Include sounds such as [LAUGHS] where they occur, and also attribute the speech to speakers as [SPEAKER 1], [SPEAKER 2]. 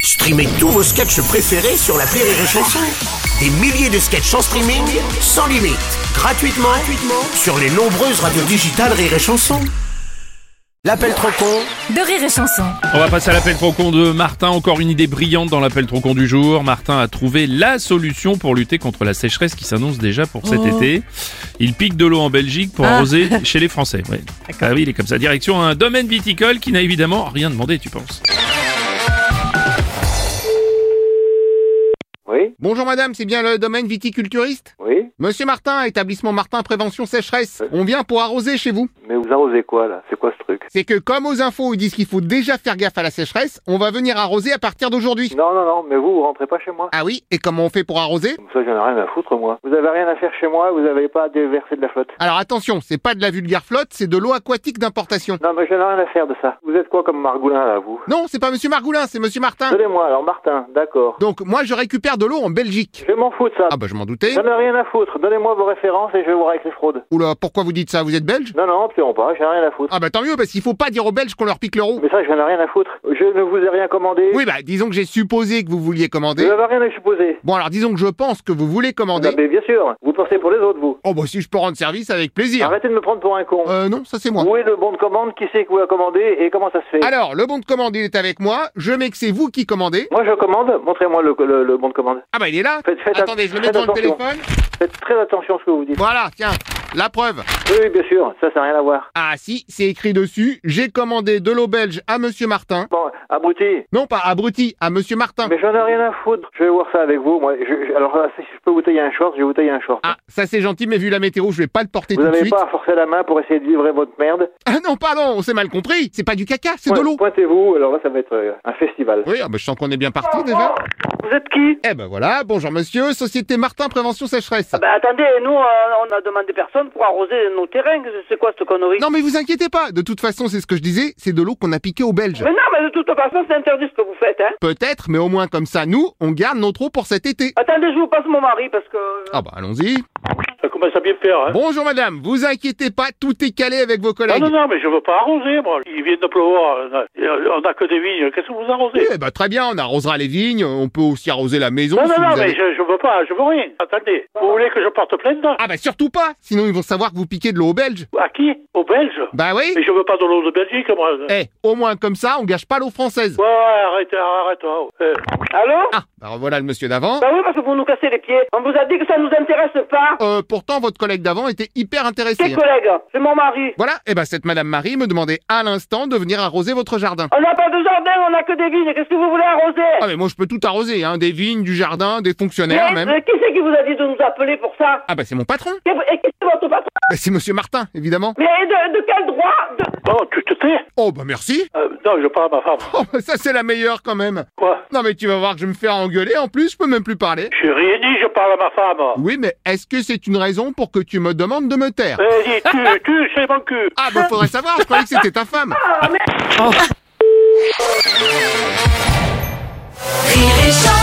[SPEAKER 1] Streamez tous vos sketchs préférés sur la Rire et Chanson. Des milliers de sketchs en streaming, sans limite, gratuitement, gratuitement sur les nombreuses radios digitales Rire et Chanson. L'appel trop con
[SPEAKER 2] de rire et chanson.
[SPEAKER 3] On va passer à l'appel trop con de Martin. Encore une idée brillante dans l'appel trop con du jour. Martin a trouvé la solution pour lutter contre la sécheresse qui s'annonce déjà pour cet été. Il pique de l'eau en Belgique pour arroser chez les Français. Ouais. Ah oui, il est comme ça. Direction un domaine viticole qui n'a évidemment rien demandé, tu penses.
[SPEAKER 4] Oui,
[SPEAKER 5] Bonjour madame, c'est bien le domaine viticulturiste
[SPEAKER 4] oui.
[SPEAKER 5] Monsieur Martin, établissement Martin Prévention Sécheresse, on vient pour arroser chez vous.
[SPEAKER 4] Mais vous arrosez quoi là C'est quoi ce truc
[SPEAKER 5] C'est que comme aux infos ils disent qu'il faut déjà faire gaffe à la sécheresse, on va venir arroser à partir d'aujourd'hui.
[SPEAKER 4] Non, non, non, mais vous, vous rentrez pas chez moi.
[SPEAKER 5] Ah oui, et comment on fait pour arroser
[SPEAKER 4] Comme ça, j'en ai rien à foutre, moi. Vous avez rien à faire chez moi, vous avez pas à déverser de la flotte.
[SPEAKER 5] Alors attention, c'est pas de la vulgaire flotte, c'est de l'eau aquatique d'importation.
[SPEAKER 4] Non, mais j'en ai rien à faire de ça. Vous êtes quoi comme margoulin là, vous
[SPEAKER 5] Non, c'est pas monsieur Margoulin, c'est monsieur Martin.
[SPEAKER 4] Donnez-moi alors, Martin, d'accord.
[SPEAKER 5] Donc moi je récupère de l'eau en Belgique.
[SPEAKER 4] Je m'en fous de ça.
[SPEAKER 5] Ah bah je m'en doutais.
[SPEAKER 4] J'en ai rien à foutre. Donnez-moi vos références et je vais voir avec les fraudes.
[SPEAKER 5] Oula, pourquoi vous dites ça Vous êtes belge
[SPEAKER 4] Non, non, absolument pas, j'en ai rien à foutre.
[SPEAKER 5] Ah bah tant mieux, parce qu'il faut pas dire aux Belges qu'on leur pique l'euro.
[SPEAKER 4] Mais ça, j'en ai rien à foutre. Je ne vous ai rien commandé.
[SPEAKER 5] Oui bah disons que j'ai supposé que vous vouliez
[SPEAKER 4] Vous
[SPEAKER 5] commander.
[SPEAKER 4] n'avez rien à supposer.
[SPEAKER 5] Bon alors disons que je pense que vous voulez
[SPEAKER 4] Ah,
[SPEAKER 5] commander.
[SPEAKER 4] mais bien sûr, vous pensez pour les autres, vous.
[SPEAKER 5] Oh bah si je peux rendre service avec plaisir.
[SPEAKER 4] Arrêtez de me prendre pour un con.
[SPEAKER 5] Euh, non, ça c'est moi.
[SPEAKER 4] Où est le bon de commande Qui c'est qui vous l'a commandé Et comment ça se fait
[SPEAKER 5] Alors, le bon de commande, il est avec moi. Je mets que c'est vous qui commandez.
[SPEAKER 4] Moi, je commande. Montrez-moi le, le- le bon de commande.
[SPEAKER 5] Ah bah, il est là.
[SPEAKER 4] Faites- faites
[SPEAKER 5] Attendez,
[SPEAKER 4] att-
[SPEAKER 5] je le mets dans le
[SPEAKER 4] faites attention.
[SPEAKER 5] téléphone.
[SPEAKER 4] Faites très attention à ce que vous dites.
[SPEAKER 5] Voilà, tiens, la preuve.
[SPEAKER 4] Oui, oui, bien sûr, ça, ça n'a rien à voir.
[SPEAKER 5] Ah si, c'est écrit dessus. J'ai commandé de l'eau belge à Monsieur Martin.
[SPEAKER 4] Bon, abruti,
[SPEAKER 5] Non, pas abruti, à Monsieur Martin.
[SPEAKER 4] mais j'en ai rien à foutre. Je vais voir ça avec vous, moi. Je- je- alors, là, si je peux vous tailler un short, je vais vous tailler un short.
[SPEAKER 5] Ah, ça c'est gentil, mais vu la météo, je vais pas le porter
[SPEAKER 4] vous
[SPEAKER 5] tout de
[SPEAKER 4] n'avez
[SPEAKER 5] suite.
[SPEAKER 4] pas à forcer la main pour essayer de livrer votre merde.
[SPEAKER 5] Ah non, pardon, on s'est mal compris. C'est pas du caca, c'est de
[SPEAKER 4] Point-
[SPEAKER 5] l'eau.
[SPEAKER 4] Pointez-vous, alors là, ça va être euh, un festival.
[SPEAKER 5] Oui, ah bah, je sens qu'on est bien parti déjà.
[SPEAKER 6] Vous êtes qui
[SPEAKER 5] Eh ben voilà, bonjour monsieur, Société Martin Prévention Sécheresse.
[SPEAKER 6] Ben attendez, nous, euh, on a demandé personne pour arroser nos terrains. C'est quoi cette connerie
[SPEAKER 5] Non mais vous inquiétez pas, de toute façon c'est ce que je disais, c'est de l'eau qu'on a piquée aux Belges.
[SPEAKER 6] Mais non, mais de toute façon, c'est interdit ce que vous faites, hein.
[SPEAKER 5] Peut-être, mais au moins comme ça, nous, on garde notre eau pour cet
[SPEAKER 7] Euh.
[SPEAKER 5] été.
[SPEAKER 6] Attendez, je vous passe mon mari parce que.
[SPEAKER 5] Ah bah allons-y.
[SPEAKER 7] Ça commence à bien faire, hein.
[SPEAKER 5] Bonjour madame, vous inquiétez pas, tout est calé avec vos
[SPEAKER 7] Ah
[SPEAKER 5] collègues.
[SPEAKER 7] non, non, mais je veux pas arroser, moi. Il vient de pleuvoir. là. Et On n'a que des vignes. Qu'est-ce que vous arrosez
[SPEAKER 5] Eh bah très bien, on arrosera les vignes, on peut aussi arroser la maison
[SPEAKER 7] Non, non,
[SPEAKER 5] si
[SPEAKER 7] non,
[SPEAKER 5] vous
[SPEAKER 7] mais
[SPEAKER 5] avez-
[SPEAKER 7] je, je veux pas, je veux rien. Attendez. Vous voulez que je porte plainte
[SPEAKER 5] Ah bah surtout pas, sinon ils vont savoir que vous piquez de l'eau aux Belges.
[SPEAKER 7] À qui Aux Belges
[SPEAKER 5] Bah oui.
[SPEAKER 7] Mais je veux pas de l'eau de Belgique, moi.
[SPEAKER 5] Eh, au moins comme ça, on gâche pas l'eau française.
[SPEAKER 7] Ouais, ouais, arrête, arrête. ouais. Euh,
[SPEAKER 6] Allô
[SPEAKER 5] Ah, bah voilà le monsieur d'avant.
[SPEAKER 6] Bah oui, parce que vous nous cassez les pieds. On vous a dit que ça nous intéresse pas.
[SPEAKER 5] Euh, pourtant votre collègue d'avant était hyper
[SPEAKER 6] Tes
[SPEAKER 5] intéressé. hein.
[SPEAKER 6] collègues, c'est mon mari.
[SPEAKER 5] Voilà, eh bah cette madame Marie me demandait à l'instant de venir arroser votre jardin.
[SPEAKER 6] On n'a pas de jardin, on n'a que des vignes. Qu'est-ce que vous voulez arroser
[SPEAKER 5] Ah mais moi je peux tout arroser, hein, des vignes, du jardin, des fonctionnaires
[SPEAKER 6] Mais,
[SPEAKER 5] même.
[SPEAKER 6] mais qui c'est qui vous a dit de nous appeler pour ça
[SPEAKER 5] Ah bah c'est mon patron.
[SPEAKER 6] Et et qui c'est votre patron
[SPEAKER 5] Bah, c'est monsieur Martin, évidemment.
[SPEAKER 6] Mais de, de quel droit de...
[SPEAKER 7] Bon, tu te tais
[SPEAKER 5] Oh bah merci.
[SPEAKER 7] Euh, Non, je parle à ma femme.
[SPEAKER 5] Oh, bah, ça c'est la meilleure quand même.
[SPEAKER 7] Quoi
[SPEAKER 5] Non mais tu vas voir que je vais me faire engueuler en plus, je peux même plus parler.
[SPEAKER 7] Je rien dit, je parle à ma
[SPEAKER 5] [LAUGHS]
[SPEAKER 7] femme.
[SPEAKER 5] Oui mais est-ce que c'est une raison pour que tu me demandes de me taire
[SPEAKER 7] Eh, dis, tu, tu, c'est mon cul.
[SPEAKER 5] Ah bah faudrait savoir, je croyais que c'était ta femme.
[SPEAKER 2] Rire et chanson.